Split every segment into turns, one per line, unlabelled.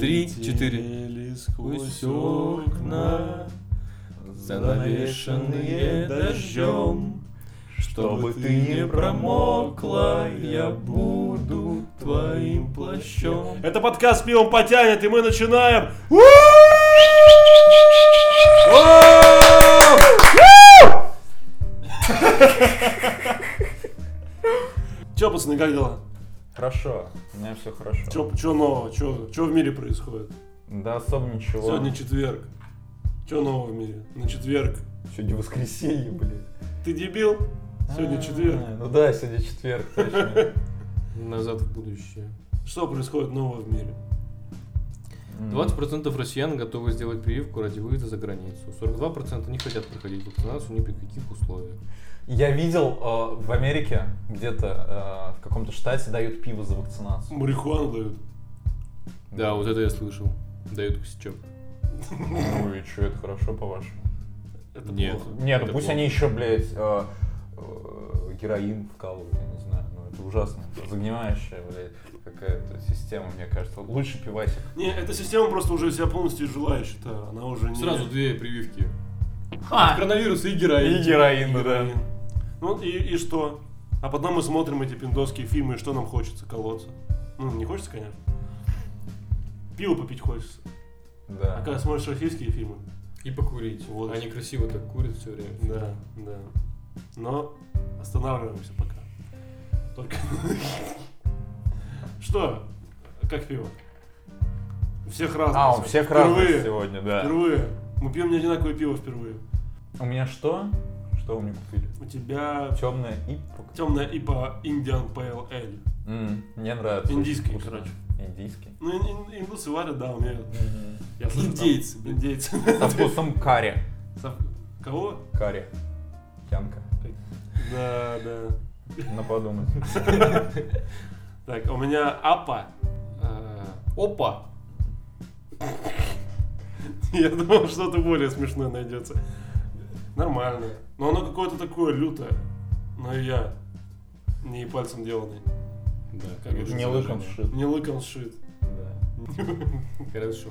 Три, четыре.
Полетели сквозь окна, занавешенные
занавешенные
дождем. Чтобы ты не промокла, я буду твоим плащом.
Это подкаст «Пивом потянет», и мы начинаем. Че, пацаны, как дела?
Хорошо, у меня все хорошо.
Че, че нового? Че, че в мире происходит?
Да особо ничего.
Сегодня четверг. Че нового в мире? На четверг.
Сегодня воскресенье, блин.
Ты дебил? Сегодня
А,
четверг.
Ну да, сегодня четверг, точно.
Назад в будущее.
Что происходит нового в мире?
М.
20% россиян готовы сделать прививку ради выезда за границу. 42% не хотят проходить вакцинацию ни при каких условиях.
Я видел э, в Америке где-то э, в каком-то штате дают пиво за вакцинацию.
Марихуану дают.
Да, вот это я слышал. Дают косячок.
Ну и что, это хорошо по-вашему?
Это
Нет.
плохо.
Нет,
Это
ну пусть
плохо.
они еще, блядь, э, э, героин вкалывают, я не знаю. Ну это ужасно. Загнивающая, блядь, какая-то система, мне кажется. Лучше пивасик.
Не, эта система просто уже себя полностью изжила, я считаю. Она уже не...
Сразу две прививки. От коронавируса и героин.
А. И героин, да.
Блин. Ну и, и что? А потом мы смотрим эти пиндосские фильмы, и что нам хочется? Колоться. Ну, не хочется, конечно. Пиво попить хочется. А
Да.
когда смотришь российские фильмы?
И покурить.
Вот.
Они красиво так курят все время.
Да, да. Но останавливаемся пока. Только... Что? Как пиво? У всех разное.
А, у
всё.
всех разных
Впервые.
сегодня, да.
Впервые. Мы пьем не одинаковое пиво впервые.
У меня что? Что вы мне купили?
У тебя
Темная и
темная ипа Indian Pale Ale.
Мне нравится.
Индийский,
Очень вкусно.
короче.
Индийский.
Ну, ин- ин- индусы варят, да, умеют. Я слышал, там-
Индейцы, блин.
Индейцы.
Со вкусом карри.
Со- Кого?
Карри. Янка.
Да, да.
На подумать.
Так, у меня апа. Э,
А, Опа!
Я думал, что-то более смешное найдется. Нормально. Но оно какое-то такое лютое. Но и я не пальцем деланный.
Да,
конечно,
Не лыком сшит.
Не лыком сшит.
Да.
Хорошо.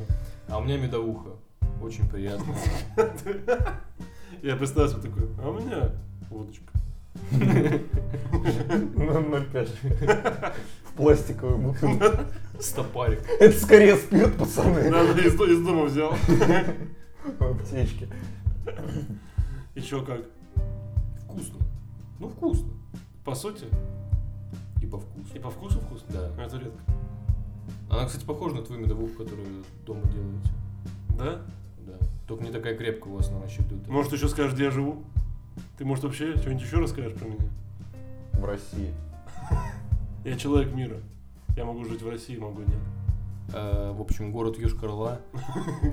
А у меня медовуха. Очень приятно.
Я представил себе такой, а у меня водочка.
Ну, 0,5. В пластиковую бутылку.
Стопарик.
Это скорее спирт, пацаны.
Надо из, из дома взял.
В аптечке.
И чё, как?
Вкусно. Ну, вкусно.
По сути?
И по вкусу.
И по вкусу вкусно?
Да.
Это редко.
Она, кстати, похожа на твою медовуху, которую дома делаете.
Да?
Да. Только не такая крепкая у вас на насчет лютая.
Может, еще скажешь, где я живу? Ты, может, вообще что-нибудь еще расскажешь про меня?
В России.
Я человек мира. Я могу жить в России, могу нет.
Э, в общем, город Йошкар-Ола,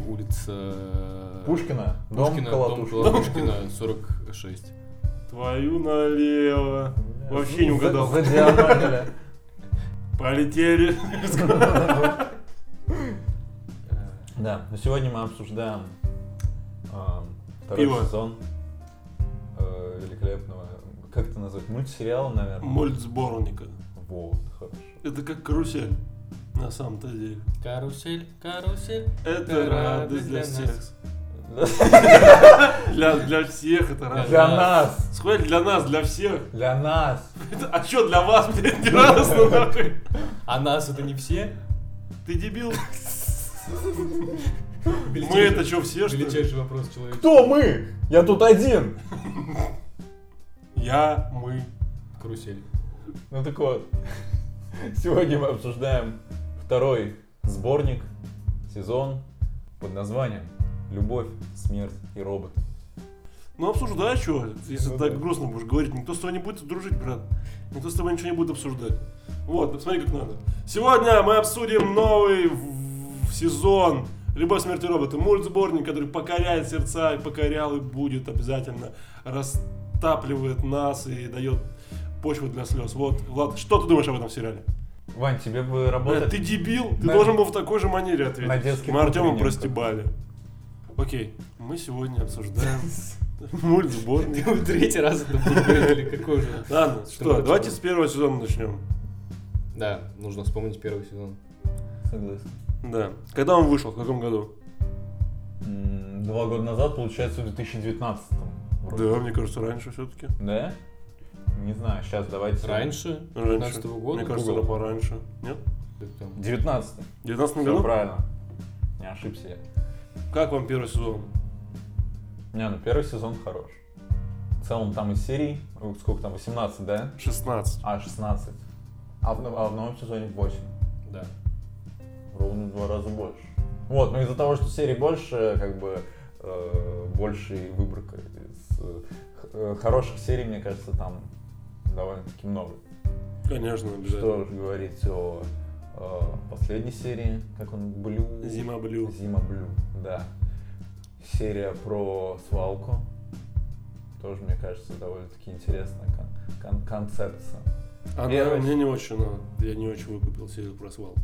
улица... э,
Пушкина. Дом
Пушкина, дом
Колотушкина.
Колотушкина, 46.
Твою налево. Вообще не угадал.
Задиагональ.
Полетели.
Да, но сегодня мы обсуждаем эм, второй
Пиво.
сезон э, великолепного, как это назвать, мультсериала, наверное.
Мольт сборника.
Вот, хорошо.
Это как карусель. На самом-то деле.
Карусель, карусель.
Это радость для
нас.
всех. Для, для всех это радость.
Для нас!
Сколько для нас, для всех?
Для нас!
Это- а что для вас, блядь, не радостно нахуй?
А нас это не все?
Ты дебил? Мы это что, все, что ли?
Величайший вопрос человека.
Кто мы? Я тут один!
Я, мы.
Карусель.
Ну так вот, сегодня мы обсуждаем второй сборник, сезон под названием «Любовь, смерть и робот».
Ну обсуждай, что, если
Ну
ты так
да.
грустно будешь говорить. Никто с тобой не будет дружить, брат. Никто с тобой ничего не будет обсуждать. Вот, смотри, как надо. Сегодня мы обсудим новый в- в сезон «Любовь, смерть и роботы». Мультсборник, который покоряет сердца и покорял и будет обязательно. Растапливает нас и дает почву для слез. Вот, Влад, что ты думаешь об этом сериале?
Вань, тебе бы
Бля,
работать...
ты дебил? Ты
На-
должен был в такой же манере ответить.
на детских
Мы Артема
утренниках.
простебали. Окей, мы сегодня обсуждаем мультсборник.
Третий раз это будет, или какой же?
Ладно,
Чтобы
что,
это
давайте
было.
с первого сезона начнем.
Да, нужно вспомнить первый сезон.
Согласен.
Да. Когда он вышел, в каком году?
М, Два года назад, получается, в 2019 вроде.
Да, мне кажется, раньше все-таки.
Да? Не знаю, сейчас давайте...
Раньше,
Раньше.
15 года,
Мне кажется,
Google.
она пораньше. Нет?
Как там?
19
В 19
Все
году?
правильно. Не ошибся я.
Как вам первый сезон?
Не, ну первый сезон хорош. В целом там из серий, э, сколько там, 18, да?
16.
А, 16. А в, но- а в новом сезоне 8.
Да.
Ровно в два раза больше. Вот, но из-за того, что серий больше, как бы, э, больше и выборка. из, э, х- э, хороших серий, мне кажется, там довольно-таки много.
Конечно, обязательно.
Что уж говорить о э, последней серии, как он, Блю...
Зима Блю.
Зима Блю, да. Серия про свалку. Тоже, мне кажется, довольно-таки интересная кон- кон- концепция.
Она
Первый.
мне не очень, она- я не очень выкупил серию про свалку.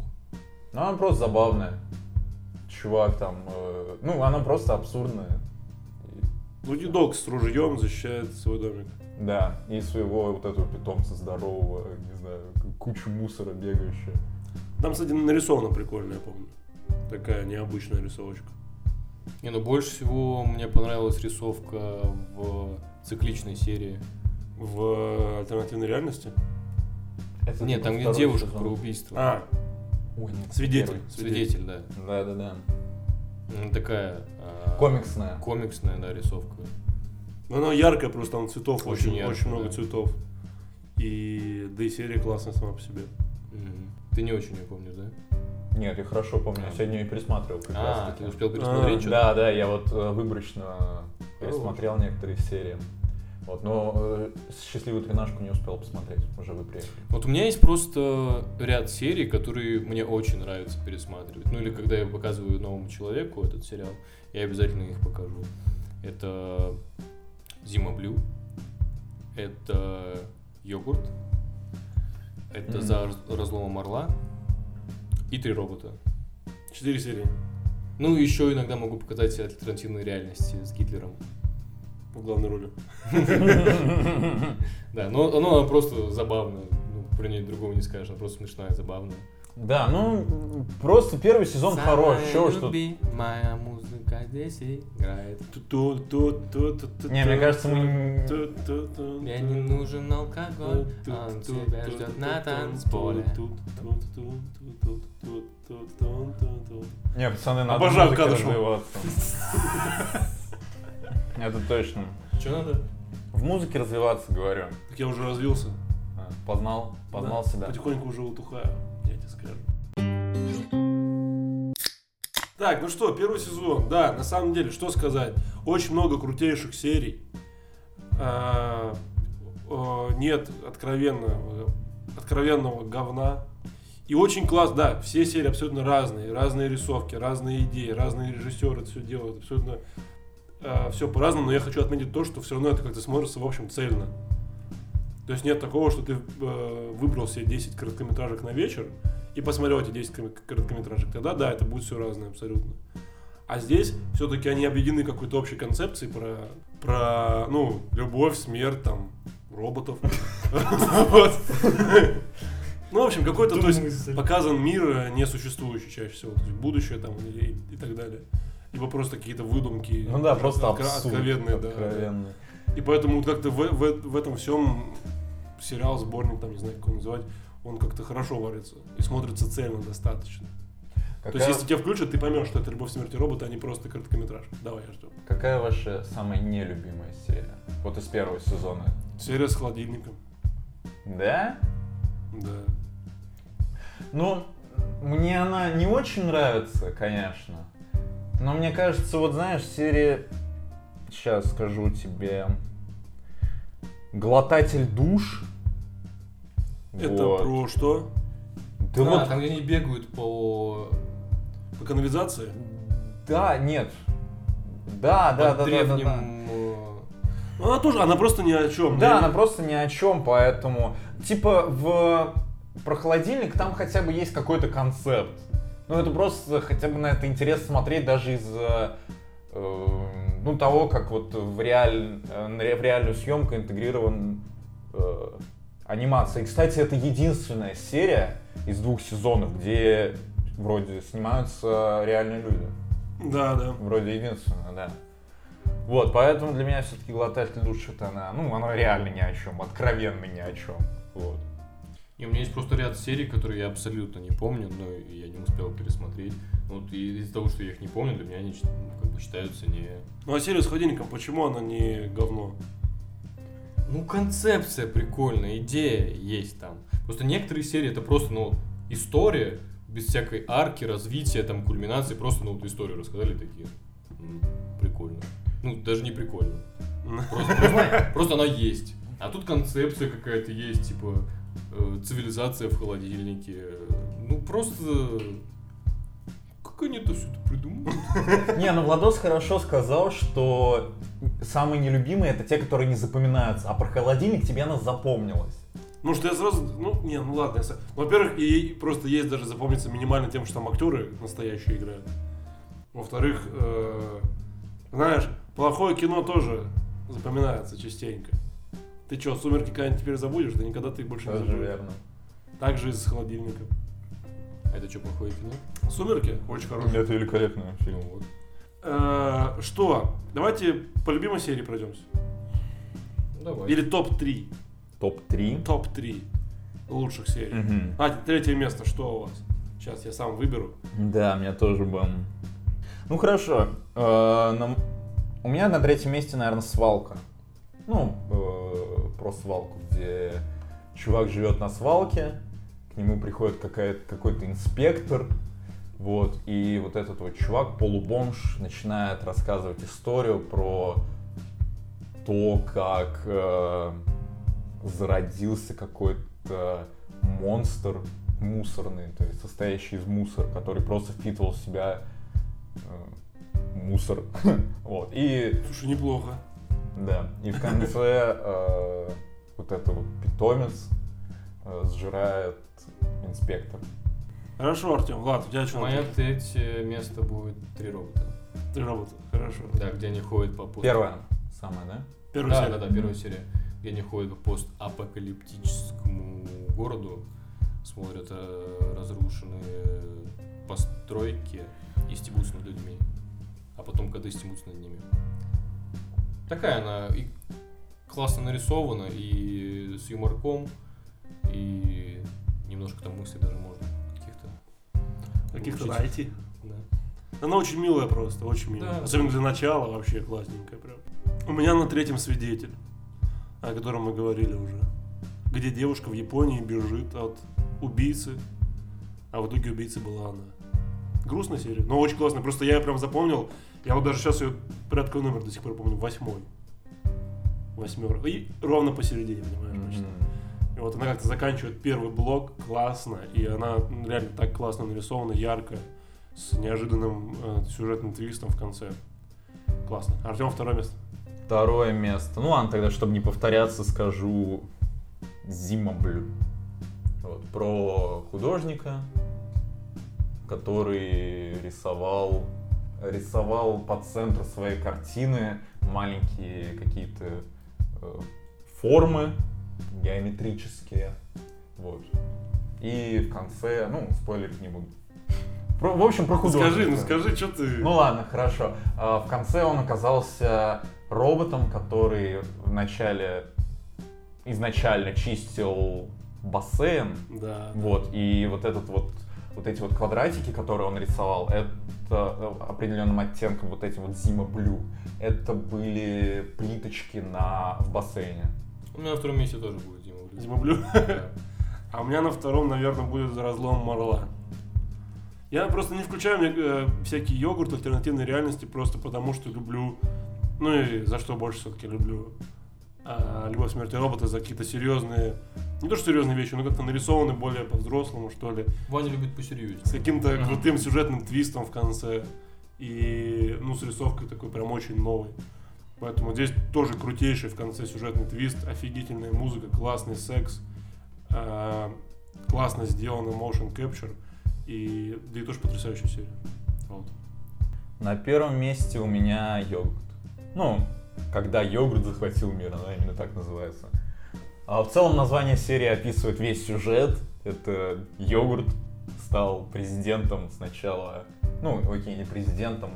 Ну, она просто забавная. Чувак там... э, ну, она просто абсурдная. И-
Луди Дог Ну, с ружьем защищает свой домик.
да, и своего вот этого питомца здорового, не знаю, к- кучу мусора бегающего.
Там, кстати, нарисовано прикольно, я помню. Такая необычная рисовочка.
Не, ну больше всего мне понравилась рисовка в цикличной серии.
В альтернативной реальности?
Это
Нет,
типа
там где
второй
девушка
сезон.
про убийство.
А,
Ой, нет,
свидетель.
первый.
Свидетель, да.
Да-да-да.
Она Такая а,
Комиксная.
комиксная, да, рисовка.
Но она яркая, просто там цветов очень,
Очень
очень,
яркая,
много
да.
цветов. И да и серия классная сама по себе.
Мгм. Ты не очень ее помнишь, да?
Нет, я хорошо помню, я сегодня ее пересматривал как
А,
раз-таки.
ты успел пересмотреть
А,
что-то?
Да, да, я вот э, выборочно пересмотрел некоторые серии. Вот, но э, счастливую тринашку не успел посмотреть, уже вы приехали.
Вот у меня есть просто ряд серий, которые мне очень нравится пересматривать. Ну или когда я показываю новому человеку этот сериал, я обязательно их покажу. Это Зима Блю, это Йогурт, это
Мгм.
За раз- разломом орла и Три робота.
Четыре серии
Ну еще иногда могу показать альтернативные реальности с Гитлером.
в главной роли.
Да, но, но она просто забавная. Ну, про нее другого не скажешь, она просто смешная, забавная.
Да, ну просто первый сезон хорош,
ну,
чего уж тут.
Моя музыка здесь играет.
Не,
Не,
мне кажется, мы не-
Мне не нужен алкоголь, он тебя ждет на танцполе.
Не, пацаны, надо
Обожаю
музыке
Кадышева.
развиваться. Это точно.
Че надо?
В музыке развиваться, говорю.
Так я уже развился.
А, Познал, познал
Да.
себя.
Потихоньку уже утухаю, я тебе скажу. Так, ну что, первый сезон, да, на самом деле, что сказать, очень много крутейших серий. А, э, нет откровенного, откровенного говна. И очень класс, да, все серии абсолютно разные, разные рисовки, разные идеи, разные режиссеры это все делают, абсолютно все по-разному, но я хочу отметить то, что все равно это как-то смотрится, в общем, цельно. То есть нет такого, что ты э, выбрал себе 10 короткометражек на вечер и посмотрел эти 10 кор- короткометражек. Тогда да, это будет все разное абсолютно. А здесь все-таки они объединены какой-то общей концепцией про, про ну, любовь, смерть, там, роботов. Вот. Ну, в общем, какой-то, то есть, показан мир э, несуществующий чаще всего. То есть, будущее там и и так далее. Либо просто какие-то выдумки.
Ну да, просто
откро-
абсурд.
Откровенные, да, да.
Откровенный.
И поэтому вот как-то в, в- в этом всем сериал, сборник, там, не знаю, как его называть, он как-то хорошо варится и смотрится цельно достаточно. То есть,
Какая-
если тебя включат, ты поймешь, что это «Любовь смерти робота», а не просто короткометраж. Давай, я жду.
Какая ваша самая нелюбимая серия? Вот из первого сезона.
Серия с холодильником.
Да?
Да.
Ну, мне она не очень нравится, конечно. Но мне кажется, вот знаешь, серия... Сейчас скажу тебе... Глотатель душ.
Это
Вот.
про что?
Да
А,
вот...
там где они бегают по...
По канализации?
Да, нет. Да, да,
по
да, да, да,
древним...
да.
э,
Ну, Она тоже, она просто ни о чем.
Да, она просто ни о чем, поэтому... Типа в про холодильник там хотя бы есть какой-то концепт. Ну это просто хотя бы на это интересно смотреть даже из э, э, ну того, как вот в, реаль- э, на ре- в реальную съемку интегрирован э, анимация. И, кстати, это единственная серия из двух сезонов, где вроде снимаются реальные люди.
Да, да.
Вроде единственное, да. Вот, поэтому для меня все-таки глотатель душ это она, ну, она реально ни о чем, откровенно ни о чем. Вот.
И у меня есть просто ряд серий, которые я абсолютно не помню, но я не успел пересмотреть. Вот и из-за того, что я их не помню, для меня они ч- ну, как бы считаются не...
Ну а серия с холодильником, почему она не говно?
Ну, концепция прикольная, идея есть там. Просто некоторые серии это просто, ну, история без всякой арки, развития, там, кульминации. Просто, ну, вот историю рассказали такие. М, Прикольно. Ну, даже не прикольно. Просто, просто- просто она есть. А тут концепция какая-то есть, типа э, цивилизация в холодильнике. Э, Ну просто э, как они это все то придумали?
Не, ну Владос хорошо сказал, что самые нелюбимые это те, которые не запоминаются, а про холодильник тебе она запомнилась.
Ну что я сразу, ну не, ну ладно. я со- Во-первых, и просто есть даже запомнится минимально тем, что там актеры настоящие играют. Во-вторых, э, знаешь, плохое кино тоже запоминается частенько. Ты что, сумерки когда-нибудь теперь забудешь? Да никогда ты их больше не
Тоже
забудешь.
верно.
Так же и с холодильником.
А это что, плохое кино?
Сумерки очень хорошие.
Это великолепный
Ну
фильм.
вот.
Э, что? Давайте по любимой серии пройдемся.
Ну, Давай.
Или топ-3.
Топ-3.
Топ-3 лучших серий. А, третье место, что у вас? Сейчас я сам выберу.
Да, меня тоже бам. Ну хорошо. э, на м- У меня на третьем месте, наверное, свалка. Ну, э, про свалку, где чувак живет на свалке, к нему приходит какая- какой-то инспектор, вот, и вот этот вот чувак, полубомж, начинает рассказывать историю про то, как э, зародился какой-то монстр мусорный, то есть состоящий из мусора, который просто впитывал в себя э, мусор. Вот. И
Слушай, неплохо.
да, и в конце э, вот этот вот питомец э, сжирает инспектор.
Хорошо, Артем. Влад, у тебя что?
Мое третье место будет три робота.
Ты работа. Хорошо.
Да, где они ходят по пост.
Первое самое, да?
Первый
Да, да, да, первая серия. Где они ходят по постапокалиптическому городу, смотрят э, разрушенные постройки и стебутся над людьми. А потом коты стебутся над ними. Такая она и классно нарисована, и с юморком, и немножко там мысли даже можно каких-то.
Каких-то
получить.
найти.
Да.
Она очень милая просто, очень милая.
Да.
Особенно для начала вообще классненькая прям. У меня на третьем свидетель, о котором мы говорили уже. Где девушка в Японии бежит от убийцы, а в итоге убийцей была она. Грустная серия, но очень классная. Просто я ее прям запомнил. Я вот даже сейчас ее порядковый номер до сих пор помню. Восьмой. Восьмер. И ровно посередине, понимаешь, почти. И вот она как-то заканчивает первый блок классно, и она ну, реально так классно нарисована, ярко, с неожиданным э, сюжетным твистом в конце. Классно. Артем второе место.
Второе место. Ну ладно, тогда, чтобы не повторяться, скажу Зимоблю. Вот, про художника, который рисовал, рисовал по центру своей картины маленькие какие-то э, формы геометрические. Вот. И в конце, ну, спойлерить не буду. Про- в общем, про художника.
Скажи, ну скажи, что ты...
Ну ладно, хорошо. А, В конце он оказался роботом, который вначале изначально чистил бассейн.
Да.
Вот, и вот этот вот вот эти вот квадратики, которые он рисовал, это э, определенным оттенком вот эти вот зима блю. Это были плиточки на в бассейне.
У меня на втором месте тоже будет Дима. Блин.
Дима Блю.
Да.
А у меня на втором, наверное, будет разлом Марла. Я просто не включаю мне, э, всякий йогурт альтернативной реальности, просто потому что люблю, ну и за что больше все-таки люблю а, Любовь, смерть и роботы за какие-то серьезные, не то что серьезные вещи, но как-то нарисованы более по-взрослому, что ли.
Ваня любит посерьезнее.
с каким-то крутым сюжетным твистом в конце. И, ну, с рисовкой такой прям очень новой. Поэтому здесь тоже крутейший в конце сюжетный твист, офигительная музыка, классный секс, э, классно сделано motion capture и, да и тоже потрясающая серия. Вот.
На первом месте у меня йогурт. Ну, когда йогурт захватил мир, она именно так называется. А в целом название серии описывает весь сюжет. Это йогурт с стал президентом сначала, ну, окей, не президентом,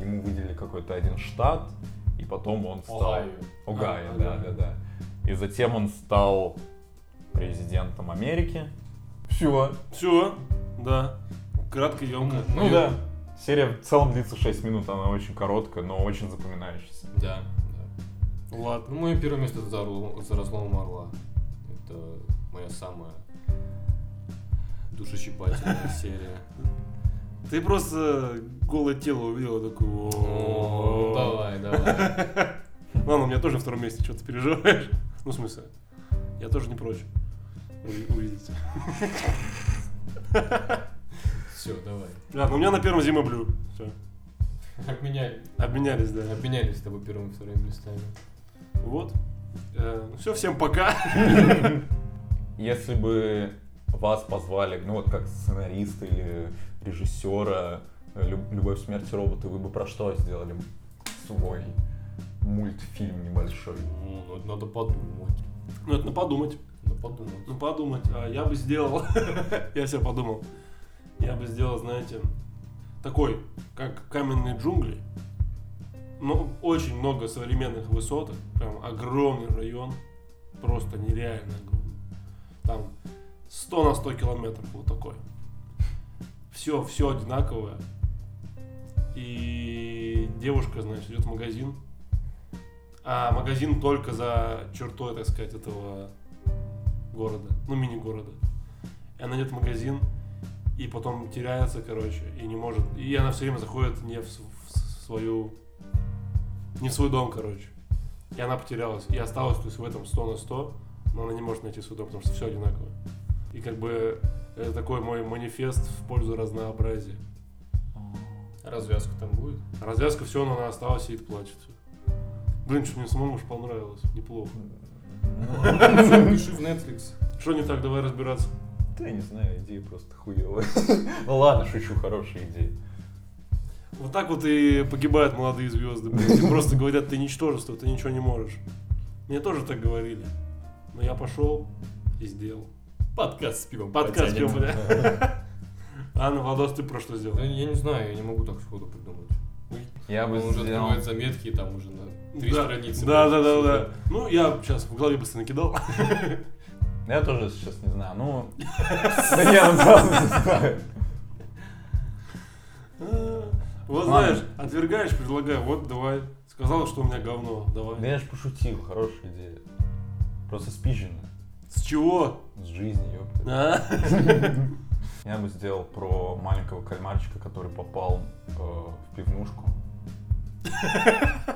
ему выделили какой-то один штат, и потом он стал...
Ohio.
Огайо,
А,
да, да, да. И затем он стал президентом Америки. Все.
Все, да. Кратко, емко.
Ну да. Серия в целом длится 6 минут, она очень короткая, но очень запоминающаяся.
Да, да.
Ладно.
Ну, мое первое место за, Орлом- за разломом орла. Это моя самая душещипательная серия.
Ты просто голое тело увидела, такой... «О-о-о».
О, Ну, Давай, давай.
Ладно, у меня тоже на втором месте, что ты переживаешь? Ну, в смысле, я тоже не прочь уви- увидеть.
Все, давай.
Ладно, у меня на первом зима блю. Всё.
Обменяли.
Обменялись, да.
Обменялись с тобой первым и вторым местами.
Вот. Э, Ну все, всем пока.
Если бы вас позвали, ну вот как сценариста или режиссера э, Люб- «Любовь, смерть и роботы», вы бы про что сделали свой мультфильм небольшой?
Ну, ну, это надо подумать.
Ну, это на подумать.
Надо подумать.
Ну, подумать. А я бы сделал... Я себе подумал. Я бы сделал, знаете, такой, как каменные джунгли. Но очень много современных высоток. Прям огромный район. Просто нереально огромный. Там 100 на 100 километров вот такой. Все, все одинаковое. И девушка, значит, идет в магазин. А магазин только за чертой, так сказать, этого города, ну мини-города. И она идет в магазин, и потом теряется, короче, и не может. И она все время заходит не в, с- в с- свою. Не в свой дом, короче. И она потерялась. И осталась, то есть, в этом 100 на 100, но она не может найти свой дом, потому что все одинаково. И как бы это такой мой манифест в пользу разнообразия.
А.
Развязка там будет?
Развязка все, но она осталась сидит, плачет. Блин, что мне самому уж понравилось. Неплохо.
Ну,
Пиши в Netflix.
Что не так, давай разбираться.
Да я не знаю, идея просто хуевая. Ну ладно, шучу, хорошая идея.
Вот так вот и погибают молодые звезды. блин. Им Просто говорят, ты ничтожество, ты ничего не можешь. Мне тоже так говорили. Но я пошел и сделал.
Подкаст с пивом.
Подкаст
потянем.
пьем, бля. Анна, Владос, ты про что сделал?
Да Я не знаю, я не могу так сходу придумать.
Я бы
Он уже
сделал...
открывает заметки, и там уже на три
да.
страницы.
Да, да,
будет
да,
всего.
да. Ну, я сейчас в голове быстро накидал.
Ну, Я тоже сейчас не знаю, ну... Да я ну, сразу не знаю.
Вот
Ладно.
знаешь, отвергаешь, предлагаю, вот давай. Сказал, что у меня говно,
Да
давай.
Ну, я же пошутил, хорошая идея. Просто спижено.
С чего?
С жизни, ёпта.
А?
Я бы сделал про маленького кальмарчика, который попал э, в пивнушку.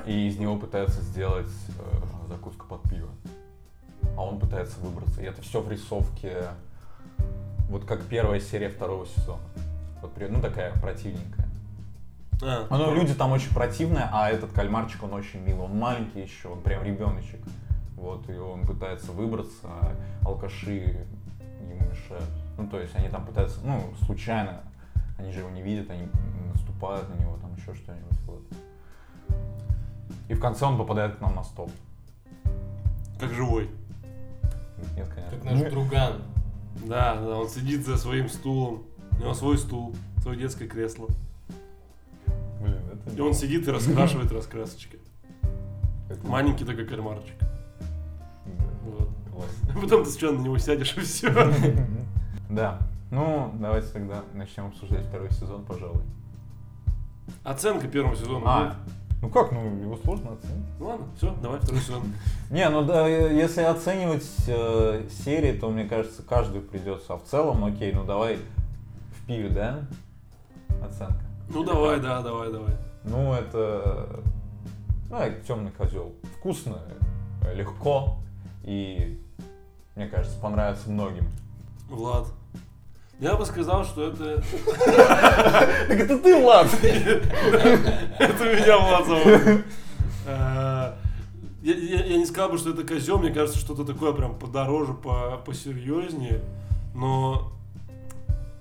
И из него пытаются сделать э, закуску под пиво. А он пытается выбраться. И это все в рисовке. Вот как первая серия второго сезона. Вот, при- ну такая противненькая.
А,
Ну, люди там очень противные, а этот кальмарчик, он очень милый, он маленький еще, он прям ребеночек. Вот, и он пытается выбраться, а алкаши ему мешают. Ну, то есть они там пытаются, ну, случайно, они же его не видят, они наступают на него, там еще что-нибудь. Вот. И в конце он попадает к нам на стоп.
Как живой.
Нет, конечно.
Как
Ну,
наш друган.
Да, да, он сидит за своим стулом. У него свой стул, свое детское кресло.
Блин, это...
И он сидит и раскрашивает раскрасочки.
это-
Маленький такой кальмарчик.
Да,
Вот.
классно.
Потом ты сначала на него сядешь и все.
Да. Ну, давайте тогда начнем обсуждать второй сезон, пожалуй.
Оценка первого сезона.
А,
будет?
ну как, ну его сложно оценить.
Ну ладно, все, давай второй сезон.
Не, ну да, э, если оценивать э, серии, то мне кажется, каждую придется. А в целом, окей, ну давай в пиве, да? Оценка.
Ну давай, да, давай, давай.
Ну, это. Ну, темный козел. Вкусно, э, легко и, мне кажется, понравится многим.
Влад. Я бы сказал, что это...
Так это ты, Влад!
Это меня Влад зовут. Э, Я, я- я не сказал бы, что это козел, мне кажется, что-то такое прям подороже, по, посерьезнее, но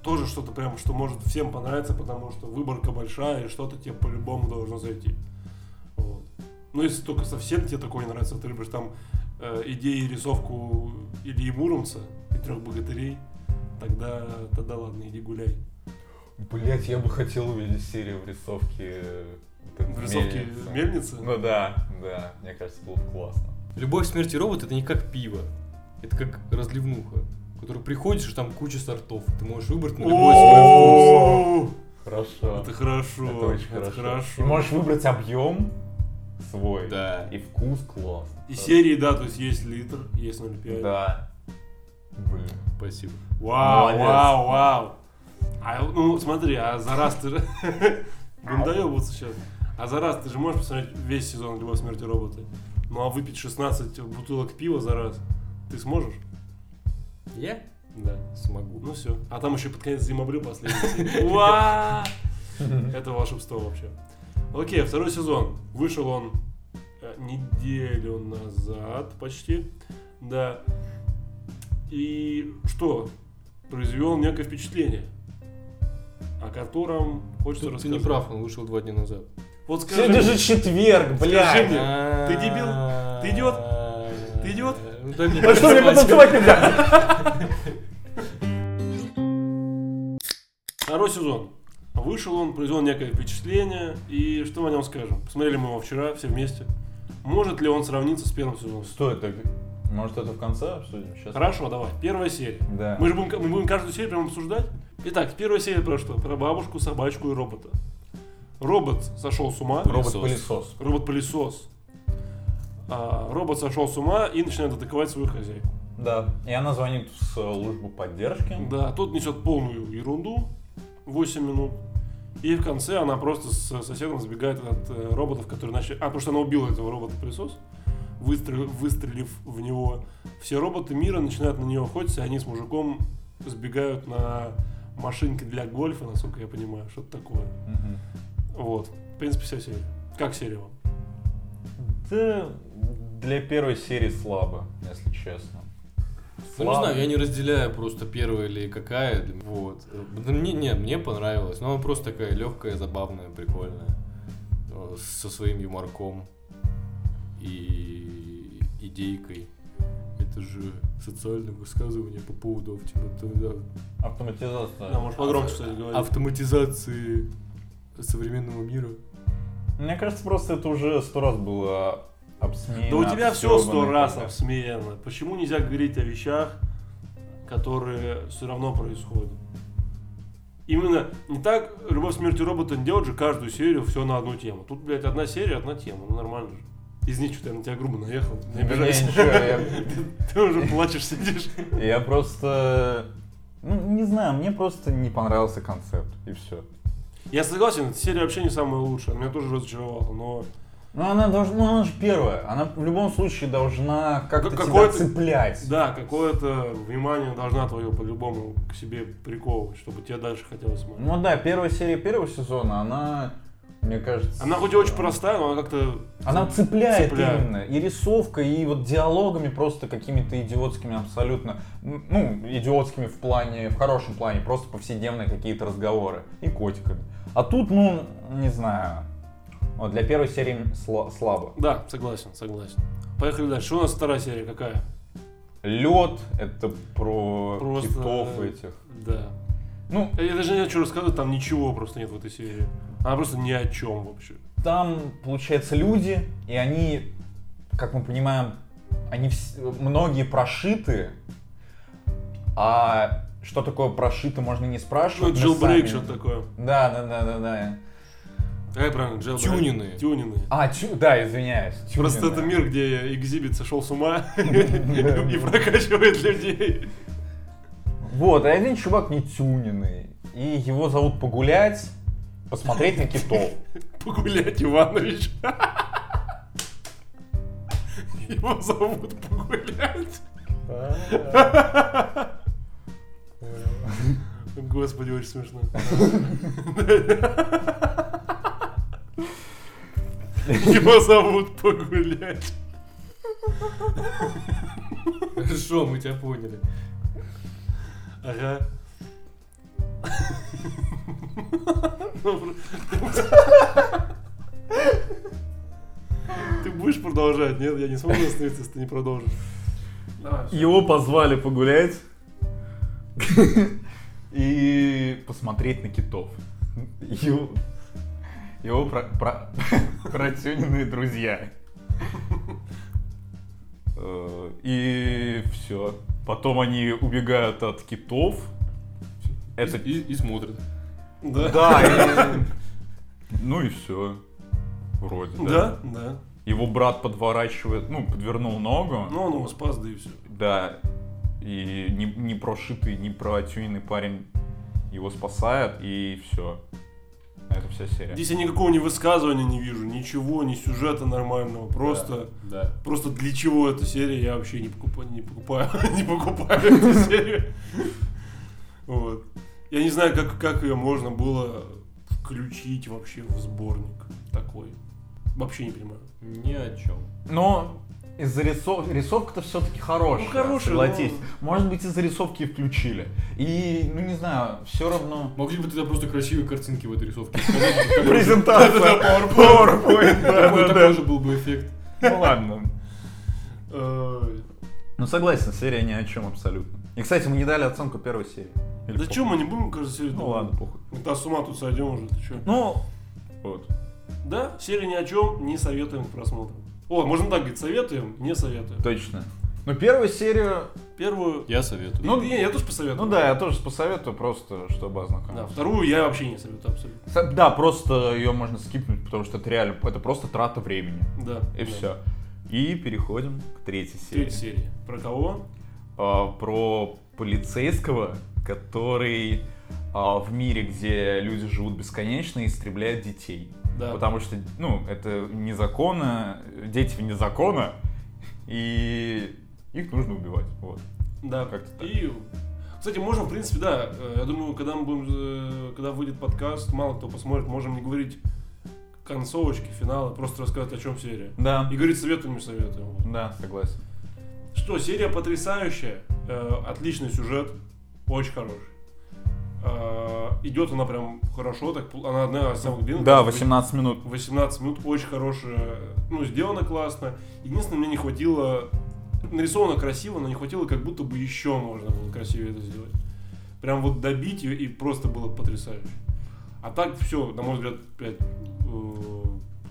тоже что-то прям, что может всем понравиться, потому что выборка большая, и что-то тебе по-любому должно зайти. Вот. Ну, если только совсем тебе такое не нравится, ты любишь там э, идеи и рисовку Ильи Муромца и трех богатырей, тогда, тогда ладно, иди гуляй.
Блять, я бы хотел увидеть серию в рисовке... э, вот этой
В рисовке мельницы?
Ну да, да, мне кажется, было бы классно.
Любовь смерти робот это не как пиво. Это как разливнуха, в которую приходишь, и там куча сортов. Ты можешь выбрать на любой свой вкус.
О,
Хорошо.
Это хорошо.
Это очень
это
Ты можешь выбрать объем свой.
Да.
И вкус классно.
И серии, да, то есть есть литр, есть 0,5.
Да. Блин.
Спасибо.
Вау,
Молодец.
вау, вау. А, ну, смотри, а за раз ты же... Будем доебываться сейчас. А за раз ты же можешь посмотреть весь сезон «Любовь, смерти, роботы». Ну, а выпить 16 бутылок пива за раз ты сможешь?
Я
Да.
смогу.
Ну все. А там еще под конец зимобрю последний. серия. Уа! Это волшебство вообще. Окей, второй сезон. Вышел он э, неделю назад почти. Да. И что? Произвел некое впечатление, о котором хочется
Тут ты
рассказать.
не прав, он вышел два дня назад.
Вот скажи,
Сегодня же четверг,
Скажи
блядь.
мне. ты дебил? Ты идиот? Ты идиот?
Ну, дай мне
А что, мне
танцевать.
потанцевать нельзя?
второй сезон. Вышел он, произвел некое впечатление. И что мы о нем скажем? Посмотрели мы его вчера все вместе. Может ли он сравниться с первым сезоном?
Что это? Может, это в конце обсудим? Сейчас.
Хорошо, давай. Первая серия.
Да.
Мы же будем, мы будем каждую серию прям обсуждать. Итак, первая серия про что? Про бабушку, собачку и робота. Робот сошел с ума.
Робот-пылесос.
Робот-пылесос. А, робот сошел с ума и начинает атаковать свою хозяйку.
Да. И она звонит в э, службу поддержки.
Да, тут несет полную ерунду. 8 минут. И в конце она просто с соседом сбегает от э, роботов, которые начали... А, потому что она убила этого робота-пылесос, выстрел- выстрелив в него. Все роботы мира начинают на нее охотиться, и они с мужиком сбегают на машинке для гольфа, насколько я понимаю, что-то такое.
Мгм.
Вот. В принципе, вся серия. Как серия вам?
Да, для первой серии слабо, если честно.
Ну, не знаю, я не разделяю просто первая или какая. для меня. Вот. Э, Да мне, нет, мне понравилось. Но она просто такая легкая, забавная, прикольная. Э, Со своим юморком и идейкой. Это же социальное высказывание по поводу автомата-
Автоматизация.
Да, может погромче, кстати, говорить.
автоматизации современного мира.
Мне кажется, просто это уже сто раз было обсмеяно.
Да у тебя все сто
обсёбано.
раз обсмеяно. Почему нельзя говорить о вещах, которые все равно происходят? Именно не так «Любовь смерти робота» не делает же каждую серию все на одну тему. Тут, блядь, одна серия, одна тема. Ну, нормально же. Извини, что я на тебя грубо наехал. Не
Да не,
обижайся.
ничего, я-
Ты уже плачешь, сидишь.
Я просто... Ну, не знаю, мне просто не понравился концепт, и все.
Я согласен, эта серия вообще не самая лучшая. Она Меня тоже разочаровала, но...
Ну, она должна... Ну, она же первая. Она в любом случае должна как-то
Как-
тебя
какой-то-
цеплять.
Да, какое-то внимание должна твое по-любому к себе приковывать, чтобы тебе дальше хотелось смотреть.
Ну да, первая серия первого сезона, она, мне кажется...
Она хоть и очень простая, но она как-то...
Она цепляет,
Цепляет.
именно. И рисовка, и вот диалогами просто какими-то идиотскими абсолютно. М, Ну, идиотскими в плане, в хорошем плане, просто повседневные какие-то разговоры. И котиками. А тут, ну, не знаю. Вот для первой серии сла- слабо.
Да, согласен, согласен. Поехали дальше. Что у нас вторая серия какая?
Лед это про
Просто,
китов
э,
этих.
Да.
Ну,
Я даже не знаю, что рассказывать, там ничего просто нет в этой серии. Она просто ни о чем вообще.
там, получается, люди, и они, как мы понимаем, они вс- многие прошиты, а что такое прошито, можно не
Ну,
спрашивать.
это
мы
jailbreak,
сами-
что-то такое.
Да, да, да, да, да.
Какая правильно? Jailbreak.
Тюнины.
Тюнины.
А, тю- да, извиняюсь. тюнинг,
Просто это
да.
мир, где экзибит сошел с ума и прокачивает людей.
Вот, и один чувак не тюненный, и его зовут погулять, посмотреть на китов.
Погулять Иванович. Его зовут Погулять. Господи, очень смешно. Его зовут Погулять.
Хорошо, мы тебя поняли.
Ага. Ну, про- Ты будешь продолжать? Нет, я не смогу остановиться, если ты не продолжишь. Давай.
Его позвали погулять. и посмотреть на китов. Его, его про, про- протюненные друзья. Э, И все. Потом они убегают от китов. Это
И, и смотрят.
Да.
да. и- Ну и все. Вроде.
Да, да.
Его брат подворачивает, ну, подвернул ногу.
Ну, он его спас, да и все.
Да. И не, не прошитый, не протюненный парень его спасает, и все. Это вся серия.
Здесь я никакого ни высказывания не вижу, ничего, ни сюжета нормального. Просто,
Да.
просто для чего эта серия, я вообще не покупаю, не покупаю, не покупаю эту серию. Вот. Я не знаю, как, как ее можно было включить вообще в сборник такой. Вообще не понимаю.
Ни о чем.
Но из зарисов... рисовка-то все-таки хорошая.
Ну, хорошая,
согласись. Может быть, из зарисовки и включили. И, ну не знаю, все равно.
Могли бы тогда просто красивые картинки в этой рисовке.
Презентация.
Такой
PowerPoint. да-да-да.
такой же был бы эффект.
Ну ладно.
Э,
Ну согласен, серия ни о чем абсолютно. И, кстати, мы не дали оценку первой серии. Или
Да
похуй?
чё мы не будем, кажется, серию
Ну
давать?
ладно, похуй.
Мы Да с ума тут сойдем уже, ты чё?
Ну, вот.
Да, серия ни о чем, не советуем к просмотру. О, можно так говорить, советуем, не советуем.
Точно. Ну, первую серию...
Первую...
Я советую.
Ну, не, я тоже посоветую.
Ну да, я тоже посоветую, просто чтобы
Да,
ознакомиться.
вторую я вообще не советую абсолютно.
Со- Да, просто ее можно скипнуть, потому что это реально, это просто трата времени.
Да. да.
И все. И переходим к третьей серии.
Третья серия. Про кого?
А, про полицейского, который а, в мире, где люди живут бесконечно, истребляет детей.
Да.
Потому что, ну, это незаконно, дети вне закона, и их нужно убивать. Вот.
Да.
Как-то так.
И... Кстати, можем, в принципе, да, э, я думаю, когда мы будем, э, когда выйдет подкаст, мало кто посмотрит, можем не говорить концовочки, финала, просто рассказать, о чем серия.
Да.
И говорить советуем, не советуем. Вот.
Да, согласен.
Что, серия потрясающая, э, отличный сюжет, очень хороший. Э, идет она прям хорошо, так пл- она одна из самых длинных.
Да,
может быть.
18 минут.
18 минут, очень хорошая, ну, сделано классно. Единственное, мне не хватило, нарисовано красиво, но не хватило, как будто бы еще можно было красивее это сделать. Прям вот добить ее, и просто было потрясающе. А так все, на мой взгляд, опять, э,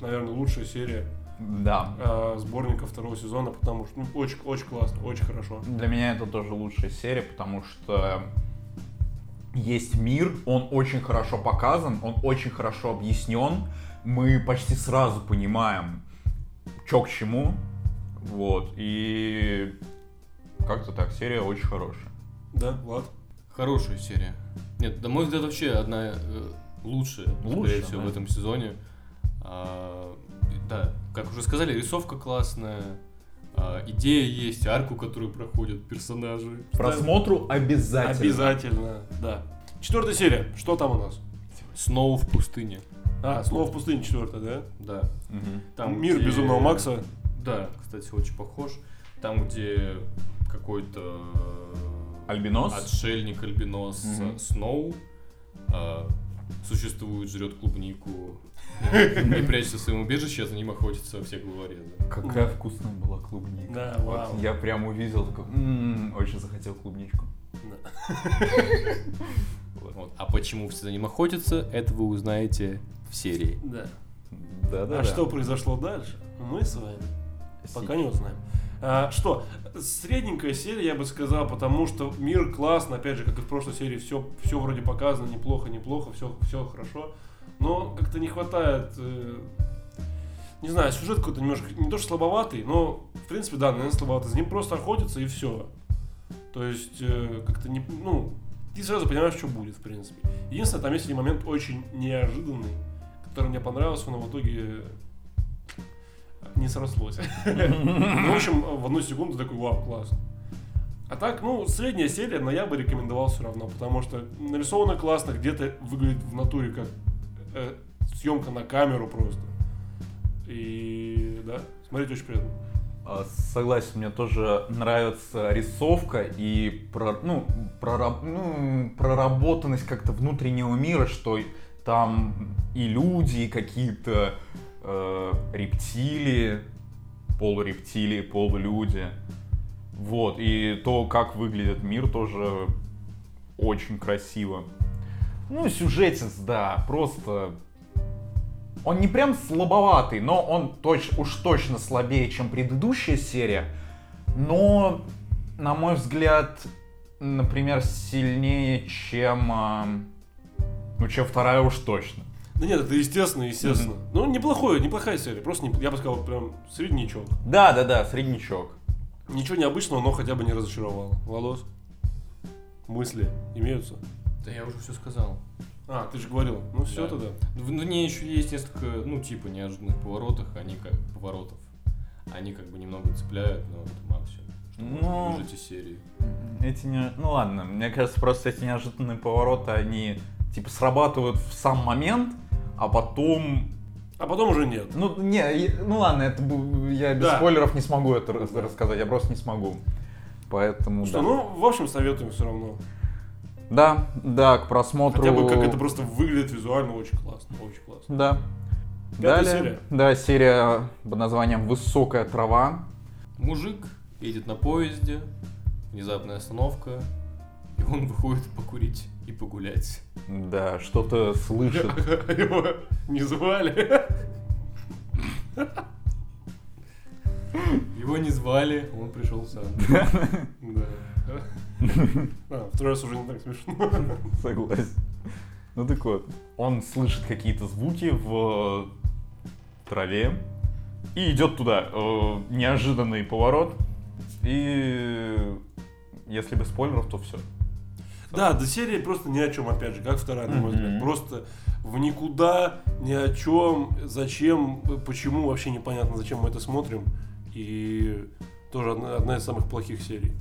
наверное, лучшая серия
Да.
э, сборника второго сезона, потому что ну, очень, очень классно, очень хорошо.
Для меня это тоже лучшая серия, потому что есть мир, он очень хорошо показан, он очень хорошо объяснен. Мы почти сразу понимаем, чё к чему. Вот. И как-то так, серия очень хорошая.
Да, Влад?
Хорошая серия. Нет, на мой взгляд, вообще одна э, лучшая,
Лучшая,
скорее всего,
да.
в этом сезоне. А, и- да, как уже сказали, рисовка классная, а, идея есть, арку, которую проходят персонажи.
Просмотру обязательно.
Обязательно, да. Четвертая серия, что там у нас?
Снова в пустыне.
А, «Снова в пустыне» четвертая, да?
Да.
Мгм.
Там,
«Мир
где-
безумного Макса».
Да, кстати, очень похож. Там, где какой-то... э,
Альбинос?
Отшельник, альбинос,
Мгм.
э, Сноу. э, существует, жрет клубнику. э, И прячется в своем убежище, а за ним охотятся все головорезы.
Какая вкусная была клубника.
Да,
Вот
вау.
я прям увидел, такой, «М, очень захотел клубничку.
Вот. А почему все за ним охотятся, это вы узнаете в серии.
Да.
Да-да-да.
а что произошло дальше? Мы с вами пока не узнаем. А, что? Средненькая серия, я бы сказал, потому что мир классно, опять же, как и в прошлой серии, все, все вроде показано, неплохо, неплохо, все, все хорошо. Но как-то не хватает. э, не знаю, сюжет какой-то немножко. Не то что слабоватый, но в принципе, да, наверное, слабоватый. За ним просто охотятся и все. То есть, э, как-то не. Ну, ты сразу понимаешь, что будет, в принципе. Единственное, там есть один момент очень неожиданный, который мне понравился, но в итоге не срослось. Ну, в общем, в одну секунду такой, вау, класс. А так, ну, средняя серия, но я бы рекомендовал все равно, потому что нарисовано классно, где-то выглядит в натуре как э, съемка на камеру просто. И да, смотреть очень приятно.
А, Согласен, мне тоже нравится рисовка и про, ну, прораб- ну, проработанность как-то внутреннего мира, что и- там и люди, и какие-то э, рептилии, полурептилии, полулюди. Вот, и то, как выглядит мир, тоже
очень красиво. Ну, сюжетец, да, просто... Он не прям слабоватый, но он точ- уж точно слабее, чем предыдущая серия. Но, на мой взгляд, например, сильнее, чем... а, Ну, чем вторая уж точно.
Да нет, это естественно, естественно. Ну, неплохое, неплохая серия. Просто, не- я бы сказал, прям среднячок.
Да, да, да, среднячок.
Ничего необычного, но хотя бы не разочаровало. Волос? Мысли имеются?
Да я уже все сказал.
А, ты же говорил. Ну все
Да.
тогда.
В ней еще есть несколько, ну, типа неожиданных поворотов, они как поворотов. Они как бы немного цепляют, но это максимум. Что
Ну.
можно выжать из серии.
Эти не- Ну ладно, мне кажется, просто эти неожиданные повороты, они типа срабатывают в сам момент, а потом...
А потом уже нет.
Ну, не, и- ну ладно, это бу- я без
Да.
спойлеров не смогу это раз- рассказать, я просто не смогу. Поэтому,
Что,
да.
ну, в общем, советуем все равно.
Да, да, к просмотру...
Хотя бы как это просто выглядит визуально очень классно, очень классно.
Да.
Пятая
Далее,
серия.
да, серия под названием «Высокая трава».
Мужик едет на поезде, внезапная остановка, и он выходит покурить и погулять.
Да, что-то слышит.
Его не звали.
Его не звали, он пришел сам.
Да. А, второй раз уже не так смешно.
Согласен. Ну так вот, он слышит какие-то звуки в э, траве и идет туда. Э, Неожиданный поворот. И э, если без спойлеров, то все.
Да, до серии просто ни о чем, опять же, как вторая, на
Мгм.
мой взгляд. Просто в никуда, ни о чем, зачем, почему, вообще непонятно, зачем мы это смотрим. И тоже одна, одна из самых плохих серий.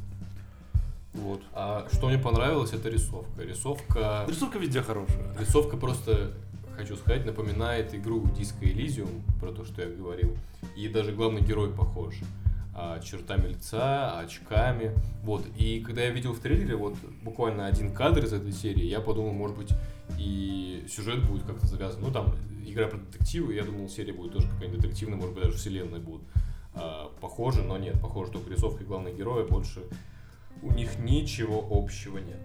Вот.
А что мне понравилось, это рисовка. Рисовка...
Рисовка везде хорошая.
Рисовка просто, хочу сказать, напоминает игру Disco Elysium, про то, что я говорил. И даже главный герой похож. А, чертами лица, очками. Вот. И когда я видел в трейлере вот буквально один кадр из этой серии, я подумал, может быть, и сюжет будет как-то завязан. Ну, там игра про детективы, я думал, серия будет тоже какая-нибудь детективная, может быть, даже вселенная будут. А, похожи, но нет, похоже, только рисовка и главного героя больше у них ничего общего нет.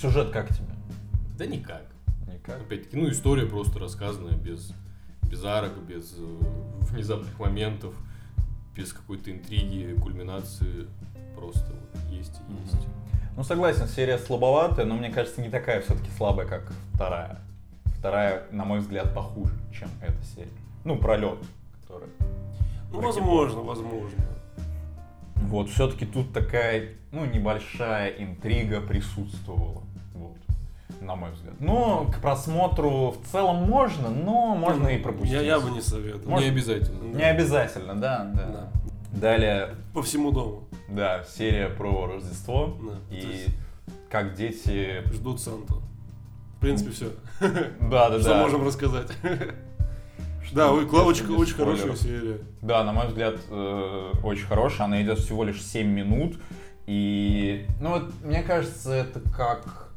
Сюжет как тебе?
Да никак.
Никак.
Опять-таки, ну, история просто рассказанная без, без арок, без э, внезапных моментов, без какой-то интриги, кульминации. Просто вот есть и
Мгм.
есть.
Ну согласен, серия слабоватая, но мне кажется, не такая все-таки слабая, как вторая. Вторая, на мой взгляд, похуже, чем эта серия. Ну, пролет, который.
Ну, возможно, возможно.
Вот, все-таки тут такая, ну, небольшая интрига присутствовала. Вот, на мой взгляд. Но к просмотру в целом можно, но можно и пропустить.
Я, я бы не советовал.
Ну, Не обязательно.
Не обязательно, да, да.
Да.
Далее,
По всему дому.
да, серия про Рождество
Да. То
и
есть
как дети...
Ждут Санту. В принципе, все.
Да, да,
Что
да.
можем рассказать? Да, ой, Клавочка
без
очень хорошая
спойлеров.
серия.
Да, на мой взгляд, э, очень хорошая. Она идет всего лишь 7 минут. И, ну, вот, мне кажется, это как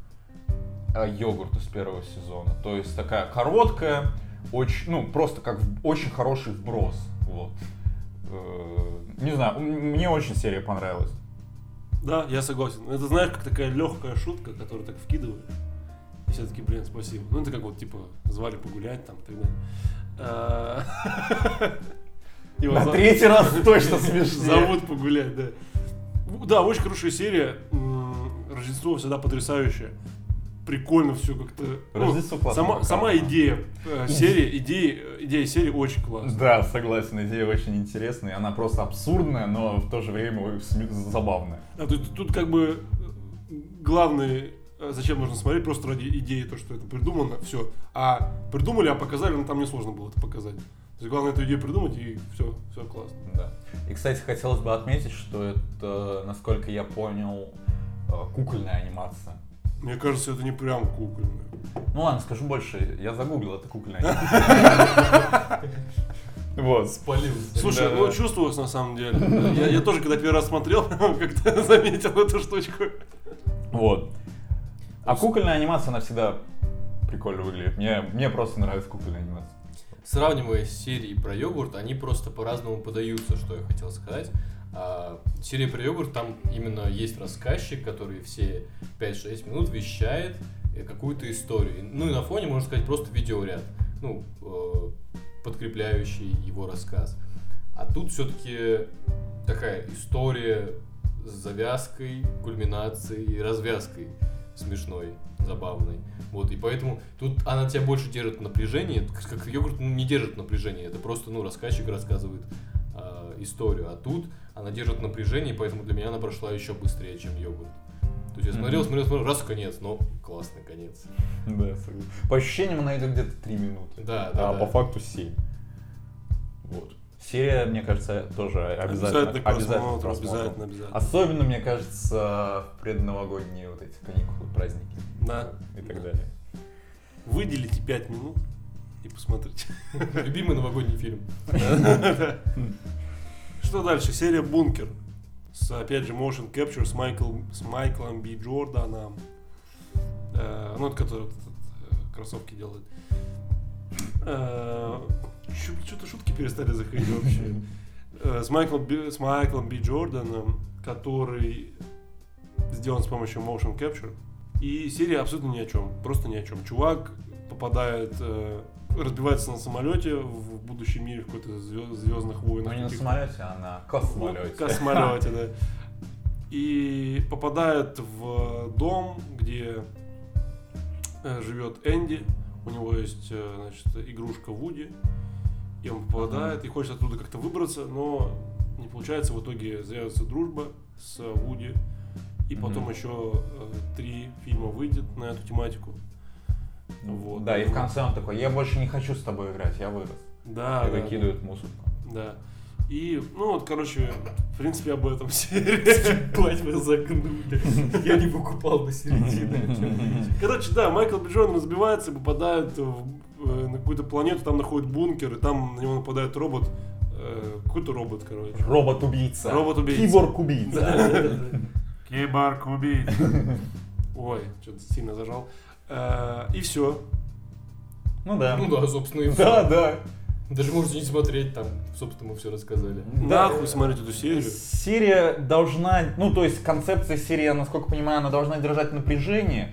э, йогурт из первого сезона. То есть такая короткая, очень, ну, просто как в- очень хороший вброс. Вот. Э, Не знаю, м- мне очень серия понравилась.
Да, я согласен. Это знаешь, как такая легкая шутка, которую так вкидываешь. И все таки блин, спасибо. Ну, это как вот, типа, звали погулять там и так далее. А, его
На
за-
третий раз точно смешно.
Зовут погулять, да. В- Да, очень хорошая серия. М, Рождество всегда потрясающее. Прикольно все как-то. Ну,
Рождество классно
сама,
показано.
сама идея э, серии, идеи, э, идея серии очень классная.
Да, согласен, идея очень интересная. Она просто абсурдная, но в то же время сме- забавная.
А тут, тут как бы э, главное, э, зачем нужно смотреть, просто ради идеи, то, что это придумано, все. А придумали, а показали, ну там несложно было это показать. То есть главное эту идею придумать, и все, все классно.
Да. И, кстати, хотелось бы отметить, что это, насколько я понял, э, кукольная анимация.
Мне кажется, это не прям кукольно.
Ну ладно, скажу больше, я загуглил, это кукольная анимация. Вот.
Спалил.
Слушай, ну чувствовалось на самом деле. Я, я тоже, когда первый раз смотрел, как-то заметил эту штучку.
Вот. А кукольная анимация, она всегда прикольно выглядит. Мне, мне просто нравится кукольная анимация.
Сравнивая серии про йогурт, они просто по-разному подаются, что я хотел сказать. А А серия про йогурт, там именно есть рассказчик, который все 5-6 минут вещает э, какую-то историю. Ну и на фоне, можно сказать, просто видеоряд, ну, э, подкрепляющий его рассказ. А тут все-таки такая история с завязкой, кульминацией и развязкой смешной, забавной. Вот, и поэтому тут она тебя больше держит в напряжении, как- как йогурт ну, не держит напряжение, это просто, ну, рассказчик рассказывает а, историю, а тут она держит напряжение, и поэтому для меня она прошла еще быстрее, чем йогурт. То есть я смотрел,
Мгм.
смотрел, смотрел, раз конец, но классный конец.
Да, согласен. По ощущениям она идет где-то 3 минуты.
Да, да,
А
да.
по факту 7. Вот. Серия, мне кажется, тоже обязательно.
Обязательно к просмотру,
к просмотру. А
обязательно, обязательно.
Особенно, мне кажется, в предновогодние вот эти каникулы, праздники.
Да.
И так далее.
Выделите 5 минут и посмотрите.
Любимый новогодний фильм.
Что дальше? Серия «Бункер». С, опять же, motion capture с, Майкл, с Майклом Би Джорданом. Э, ну, это который вот этот, э, кроссовки делает. Что-то шутки перестали заходить вообще. Э, с, Майклом Би, с Майклом Би Джорданом, который сделан с помощью motion capture. И серия абсолютно ни о чем. Просто ни о чем. Чувак попадает, э, разбивается на самолете в будущем мире в какой-то звездных
Ну
войнах.
не на
каких-то. ну,
самолете, а на космолете.
Космолете, да. И попадает в дом, где э, живет Энди. У него есть, э, значит, игрушка Вуди. И он попадает и хочет оттуда как-то выбраться, но не получается. В итоге завязывается дружба с Вуди. И потом
Мгм.
еще э, три фильма выйдет на эту тематику. ну, Вот.
Да, и в конце он такой, я больше не хочу с тобой играть, я вырос.
Да,
и
да,
выкидывает мусорку.
да. И, ну вот, короче, в принципе, об этом серия.
Плать меня загнули. Я не покупал до середины.
Короче, да, Майкл Би Джордан разбивается и попадает в, э, на какую-то планету, там находит бункер, и там на него нападает робот. э, какой-то робот, короче.
Робот-убийца.
Робот-убийца.
Киборг-убийца.
Киборг убийца. Ой, что-то сильно зажал. Э, И все.
Ну да.
Ну да, собственно, и
Да,
все.
да.
Даже можете не смотреть, там, собственно, мы все рассказали.
Нахуй смотреть эту серию.
Серия должна, ну то есть концепция серии, насколько понимаю, она должна держать напряжение.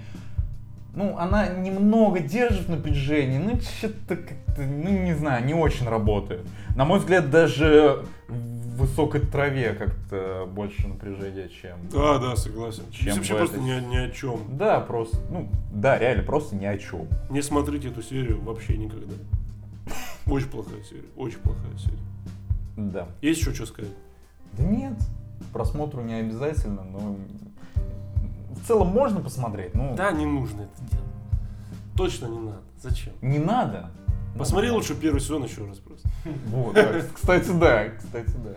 Ну, она немного держит напряжение, ну что-то как-то, ну не знаю, не очень работает. На мой взгляд, даже в высокой траве как-то больше напряжения, чем...
Да, да, согласен.
Чем
Здесь вообще
бы
просто
это-
ни, о- ни о чем.
Да, просто, ну, да, реально, просто ни о чем.
Не смотрите эту серию вообще никогда. Очень плохая серия, очень плохая серия.
Да.
Есть еще что сказать?
Да нет, к просмотру не обязательно, но в целом можно посмотреть, ну,
Да, не нужно это делать. Точно не надо. Зачем?
не надо.
Посмотри
Ну,
лучше первый сезон еще раз просто.
Вот, да, кстати, да, кстати, да.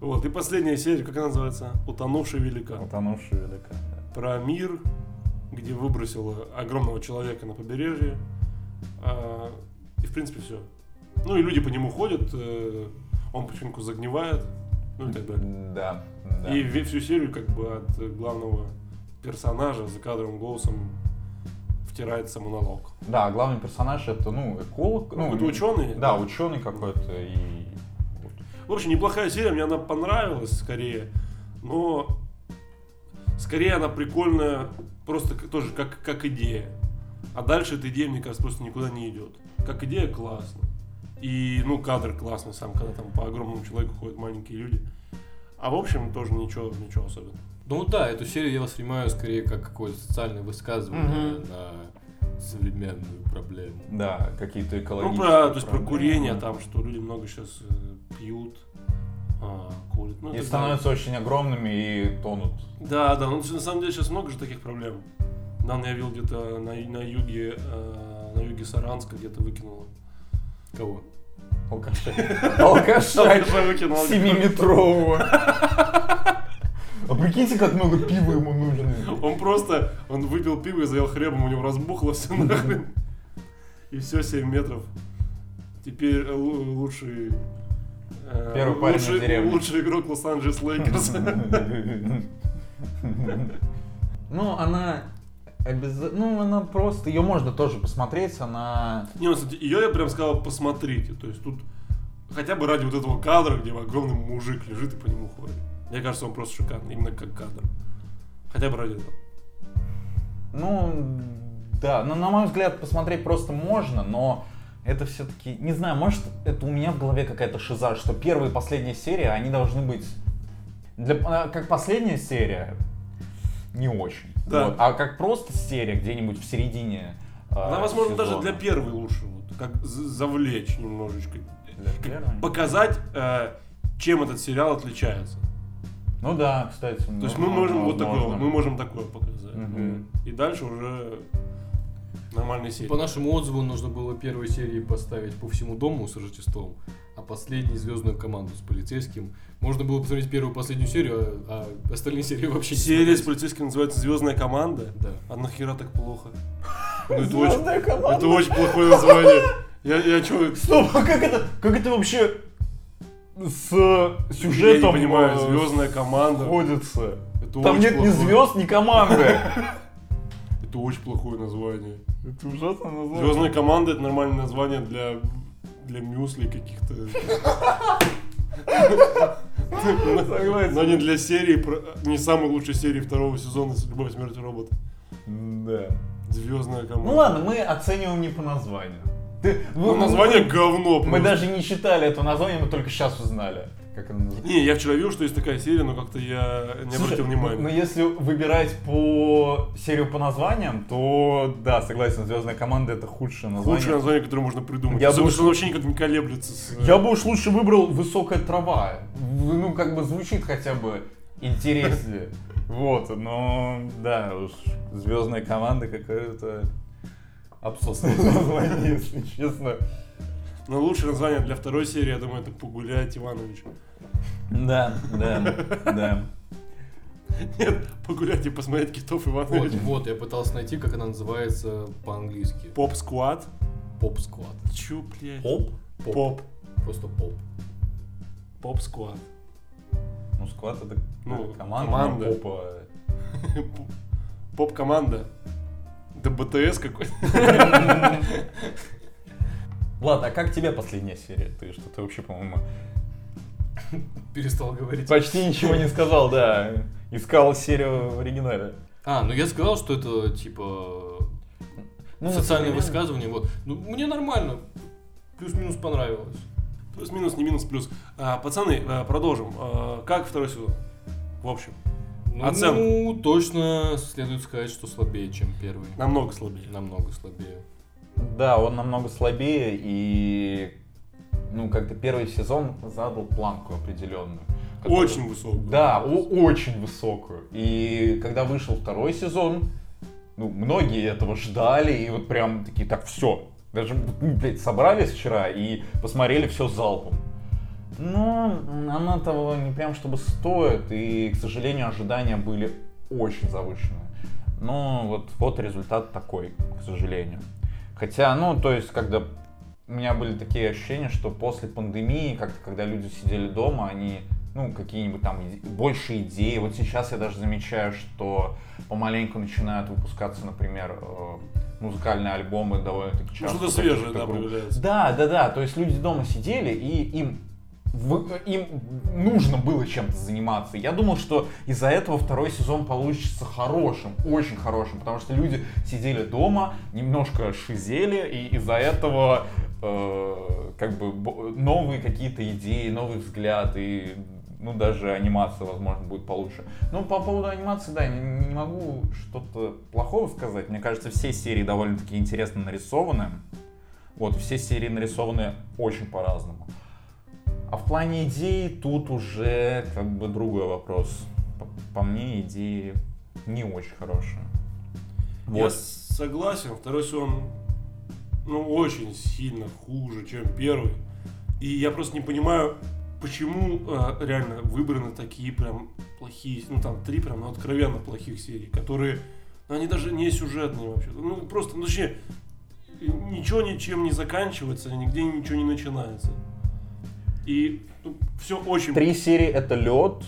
Вот, и последняя серия, как она называется? «Утонувший великан».
Утонувший великан. да.
Про мир, где выбросило огромного человека на побережье. А, и, в принципе, все. Ну, и люди по нему ходят, э, он потихоньку загнивает, ну и так далее.
Да, да.
И ве- всю серию как бы от э, главного персонажа за кадровым голосом втирается монолог.
Да, главный персонаж это, ну, эколог. Ну,
Какой-то ученый.
Да, ученый какой-то и... вот.
В общем, неплохая серия, мне она понравилась скорее, но скорее она прикольная просто к- тоже как, как идея. А дальше эта идея, мне кажется, просто никуда не идет. Как идея классно. И, ну, кадр классный сам, когда там по огромному человеку ходят маленькие люди. А в общем, тоже ничего, ничего особенного.
Ну да, эту серию я воспринимаю скорее как какое-то социальное высказывание на современную проблему.
Да, какие-то
Ну,
экологические...
про, то есть про
проблемы.
курение там, что люди много сейчас пьют, а, курят. Ну,
И
это-
становятся очень огромными и тонут.
Да, да, ну на самом деле сейчас много же таких проблем. Недавно я видел где-то на, на юге, э, на юге Саранска где-то выкинуло.
Кого?
Алкаша. Алкаша
выкинуло.
семиметрового. А прикиньте, как много пива ему нужно.
Он просто, он выпил пиво и заел хлебом, у него разбухло все нахрен. И все, 7 метров. Теперь э, лу- лучший... э,
Первый парень на
лучший-
деревне.
Лучший игрок Лос-Анджелес Лейкерс.
Ну, она обязательно, ну, она просто, ее можно тоже посмотреть, она...
Не, ну, кстати, ее я прям сказал, посмотрите. То есть тут хотя бы ради вот этого кадра, где огромный мужик лежит и по нему ходит. Мне кажется, он просто шикарный, именно как кадр. Хотя бы ради этого.
Ну, да, но на мой взгляд посмотреть просто можно, но это все-таки, не знаю, может это у меня в голове какая-то шиза, что первая и последняя серия, они должны быть, для, а, как последняя серия, не очень.
Да.
Вот, а как просто серия где-нибудь в середине. а,
Она, возможно, даже
сезона.
для первой лучше, вот, как з- завлечь немножечко.
Для первой?
Показать, э, чем этот сериал отличается.
Ну да, кстати. ну,
То есть мы можем вот такое, мы можем такое показать. Ну,
Мгм.
И дальше уже нормальная серия.
По нашему отзыву нужно было первой серии поставить по всему дому с Рождеством, а последней звездную команду с полицейским. Можно было посмотреть первую и последнюю серию, а, а остальные серии вообще не
Серия с
смотреть.
полицейским называется «Звездная команда».
Да.
А нахера так плохо? Ну, это очень,
команда.
это очень плохое название. Я, я чё,
Стоп, а как это, как это вообще с э,
я не
сюжетом
понимаю,
э,
«Звездная команда».
сходится?
Это
Там
очень
нет ни
плохое-
звезд, ни команды.
Это очень плохое название.
Это ужасно название.
Звездная команда это нормальное название для для мюсли каких-то.
Согласен.
Но не для серии, про- не самой лучшей серии второго сезона с «Любовь, смерть и роботы».
Да.
Звездная
Ну
команда.
ладно, мы оцениваем не по названию. Ты-
Ну,
вы-
название говно.
Мы
просто.
даже не читали это название, мы только сейчас узнали. Как оно называется.
Не, я вчера видел, что есть такая серия, но как-то я не
Слушай,
обратил
Но
внимания.
если выбирать по серию по названиям, то да, согласен, звездная команда это худшее название.
Лучшее название, которое можно придумать.
Я
Потому
думаю,
что оно вообще никак не колеблется. с- э,
Я бы уж лучше выбрал высокая трава. В- Ну, как бы звучит хотя бы интереснее. Вот, но да, уж звездная команда какая-то абсосная название, если честно.
Но лучшее название для второй серии, я думаю, это «Погулять, Иванович».
Да, да, да.
Нет, «Погулять и посмотреть китов
Вот,
Иванович».
вот, я пытался найти, как она называется по-английски.
Поп-сквад.
Поп-сквад.
Чё, блядь?
Поп?
Поп.
Поп.
Просто поп.
Поп-сквад.
Ну, склад это
Ну,
ну, команда,
команда.
ну, попа.
Поп-команда. Да БТС какой-то.
Влад, а как тебе последняя серия? Ты что-то вообще, по-моему,
Перестал говорить.
почти ничего не сказал, да. Искал серию в оригинале.
А, ну я сказал, что это типа
Ну,
социальное
современное.
высказывание. Вот. Ну, мне нормально. Плюс-минус понравилось.
Плюс-минус, не минус, плюс. А, пацаны, а, продолжим. А, как второй сезон? В общем,
Ну,
Оценка.
точно следует сказать, что слабее, чем первый.
намного слабее.
Намного слабее.
Да, он намного слабее и ну как-то первый сезон задал планку определенную. которую-
Очень высокий.
Да, о- очень высокую. И когда вышел второй сезон, ну многие этого ждали и вот прям такие так все. Даже ну, блядь, собрались вчера и посмотрели все залпом. Но она того не прям чтобы стоит, и, к сожалению, ожидания были очень завышены. Но вот, вот результат такой, к сожалению. Хотя, ну, то есть, когда у меня были такие ощущения, что после пандемии, как-то когда люди сидели дома, они, ну, какие-нибудь там иде- больше идеи. Вот сейчас я даже замечаю, что помаленьку начинают выпускаться, например, э, музыкальные альбомы довольно-таки
Ну,
часто.
Что-то свежее,
каких-то
да,
групп.
появляется.
Да, да, да. То есть люди дома сидели и им в- им нужно было чем-то заниматься. Я думал, что из-за этого второй сезон получится хорошим, очень хорошим, потому что люди сидели дома, немножко шизели, и из-за этого э, как бы бо- новые какие-то идеи, новый взгляд, и ну даже анимация, возможно, будет получше. Ну, по поводу анимации, да, не, не могу что-то плохого сказать. Мне кажется, все серии довольно-таки интересно нарисованы. Вот, все серии нарисованы очень по-разному. А в плане идеи тут уже как бы другой вопрос. По, по мне, идеи не очень хорошие.
Я
Вот.
согласен, второй сезон ну, очень сильно хуже, чем первый. И я просто не понимаю, почему э, реально выбраны такие прям плохие, ну там три прям ну, откровенно плохих серий, которые, ну, они даже не сюжетные вообще. Ну просто, ну точнее, ничего ничем не заканчивается, нигде ничего не начинается. И все очень...
Три серии это лед.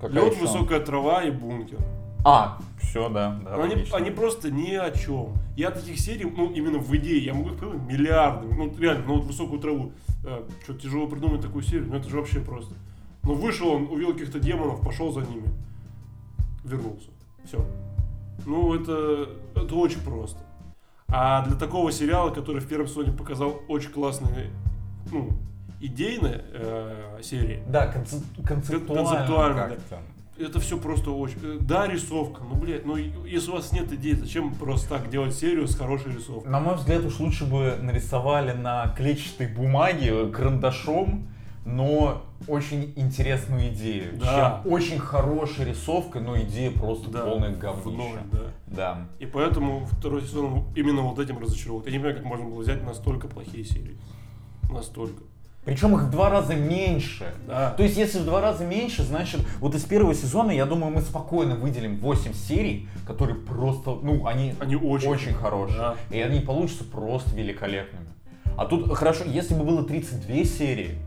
какая
Лед,
еще?
высокая трава и бункер.
А, все, да. да,
Но они,
логично.
они просто ни о чем. Я таких серий, ну, именно в идее, я могу их придумать Э, миллиардами. Ну, реально, ну, вот высокую траву. что, тяжело придумать такую серию? Ну, это же вообще просто. Но вышел он, увидел каких-то демонов, пошел за ними. Вернулся. Все. Ну, это, это очень просто. А для такого сериала, который в первом сезоне показал очень классные, ну, идейные э, серии,
Да, концеп- концептуально.
Концептуально, да.
как-то.
это все просто очень... э, Да, рисовка, ну, блядь, ну, и- если у вас нет идей, зачем просто так делать серию с хорошей рисовкой?
На мой взгляд, уж лучше бы нарисовали на клетчатой бумаге карандашом, но очень интересную идею.
Да.
Чем очень хорошая рисовка, но идея просто
Да,
полная
в ноль,
говнище.
да.
Да.
И поэтому второй сезон именно вот этим разочаровал. Я не понимаю, как можно было взять настолько плохие серии. Настолько.
Причем их в два раза меньше.
Да.
То есть, если в два раза меньше, значит, вот из первого сезона, я думаю, мы спокойно выделим 8 серий, которые просто, ну, они,
Они очень-
хорошие.
Да.
И они получатся просто великолепными. А тут, хорошо, если бы было 32 серии,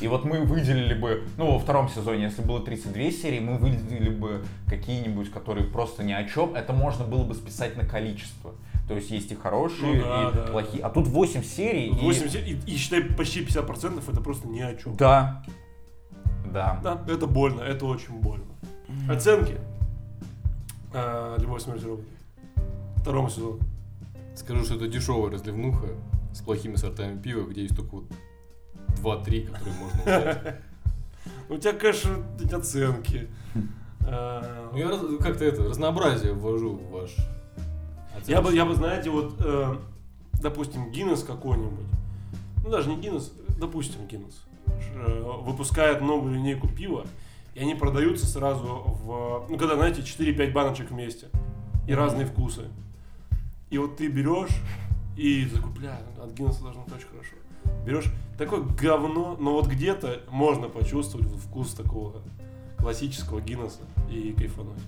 и вот мы выделили бы, ну, во втором сезоне, если было 32 серии, мы выделили бы какие-нибудь, которые просто ни о чем, это можно было бы списать на количество. То есть есть и хорошие,
Ну да,
и
да,
плохие. А тут 8 серий. и-
80, Ну, и, и считай, почти 50% это просто ни о чем.
Да. Да.
Да, это больно, это очень больно. Оценки. А, Любовь смерть робота. Второму сезону.
Скажу, что это дешевая разливнуха с плохими сортами пива, где есть только вот 2-3, которые можно взять.
Ну, У тебя, конечно, эти оценки. А,
Ну, я раз- как-то это, разнообразие ввожу в ваш...
Я бы, я бы, знаете, вот, э, допустим, Гиннес какой-нибудь, ну даже не Гиннес, допустим, Гиннес, ш- э, выпускает новую линейку пива, и они продаются сразу в, ну когда, знаете, 4-5 баночек вместе, и разные вкусы. И вот ты берешь и такой, бля, от Гиннеса должно быть очень хорошо. Берешь такое говно, но вот где-то можно почувствовать вот вкус такого классического Гиннеса и кайфануть.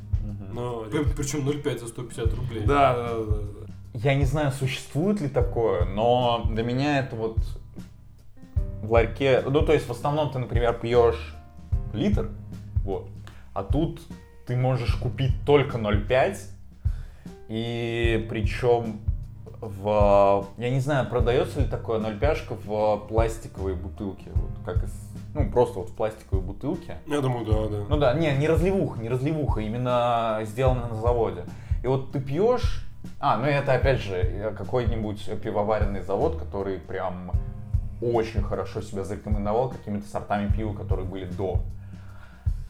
Но...
Причем 0,5 за 150 а рублей.
Да, да, да, да.
Я не знаю, существует ли такое, но для меня это вот в ларьке... Ну, то есть, в основном ты, например, пьешь литр, вот, а тут ты можешь купить только 0,5, и причем в... Я не знаю, продается ли такое 0,5 в пластиковой бутылке, вот, как из... Ну, просто вот в пластиковой бутылке.
Я думаю, да, да.
Ну да, не, не разливуха, не разливуха, именно сделано на заводе. И вот ты пьешь, а, ну это опять же э, какой-нибудь пивоваренный завод, который прям очень хорошо себя зарекомендовал какими-то сортами пива, которые были до.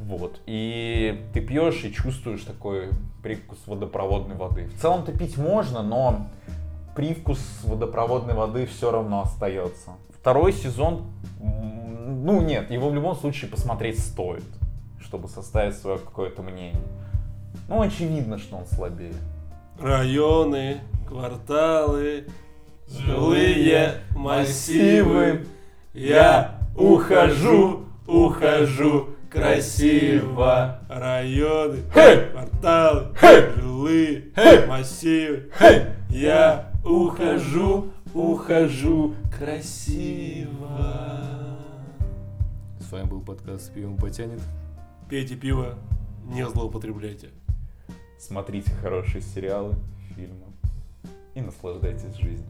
Вот. И ты пьешь и чувствуешь такой привкус водопроводной воды. В целом-то пить можно, но привкус водопроводной воды все равно остается. Второй сезон, м, ну нет, его в любом случае посмотреть стоит, чтобы составить свое какое-то мнение. Ну, очевидно, что он слабее.
Районы, кварталы, жилые массивы. Я ухожу, ухожу красиво. Районы, кварталы, жилые массивы. Я ухожу, ухожу красиво.
С вами был подкаст «С пивом потянет».
Пейте пиво, не злоупотребляйте.
Смотрите хорошие сериалы, фильмы и наслаждайтесь жизнью.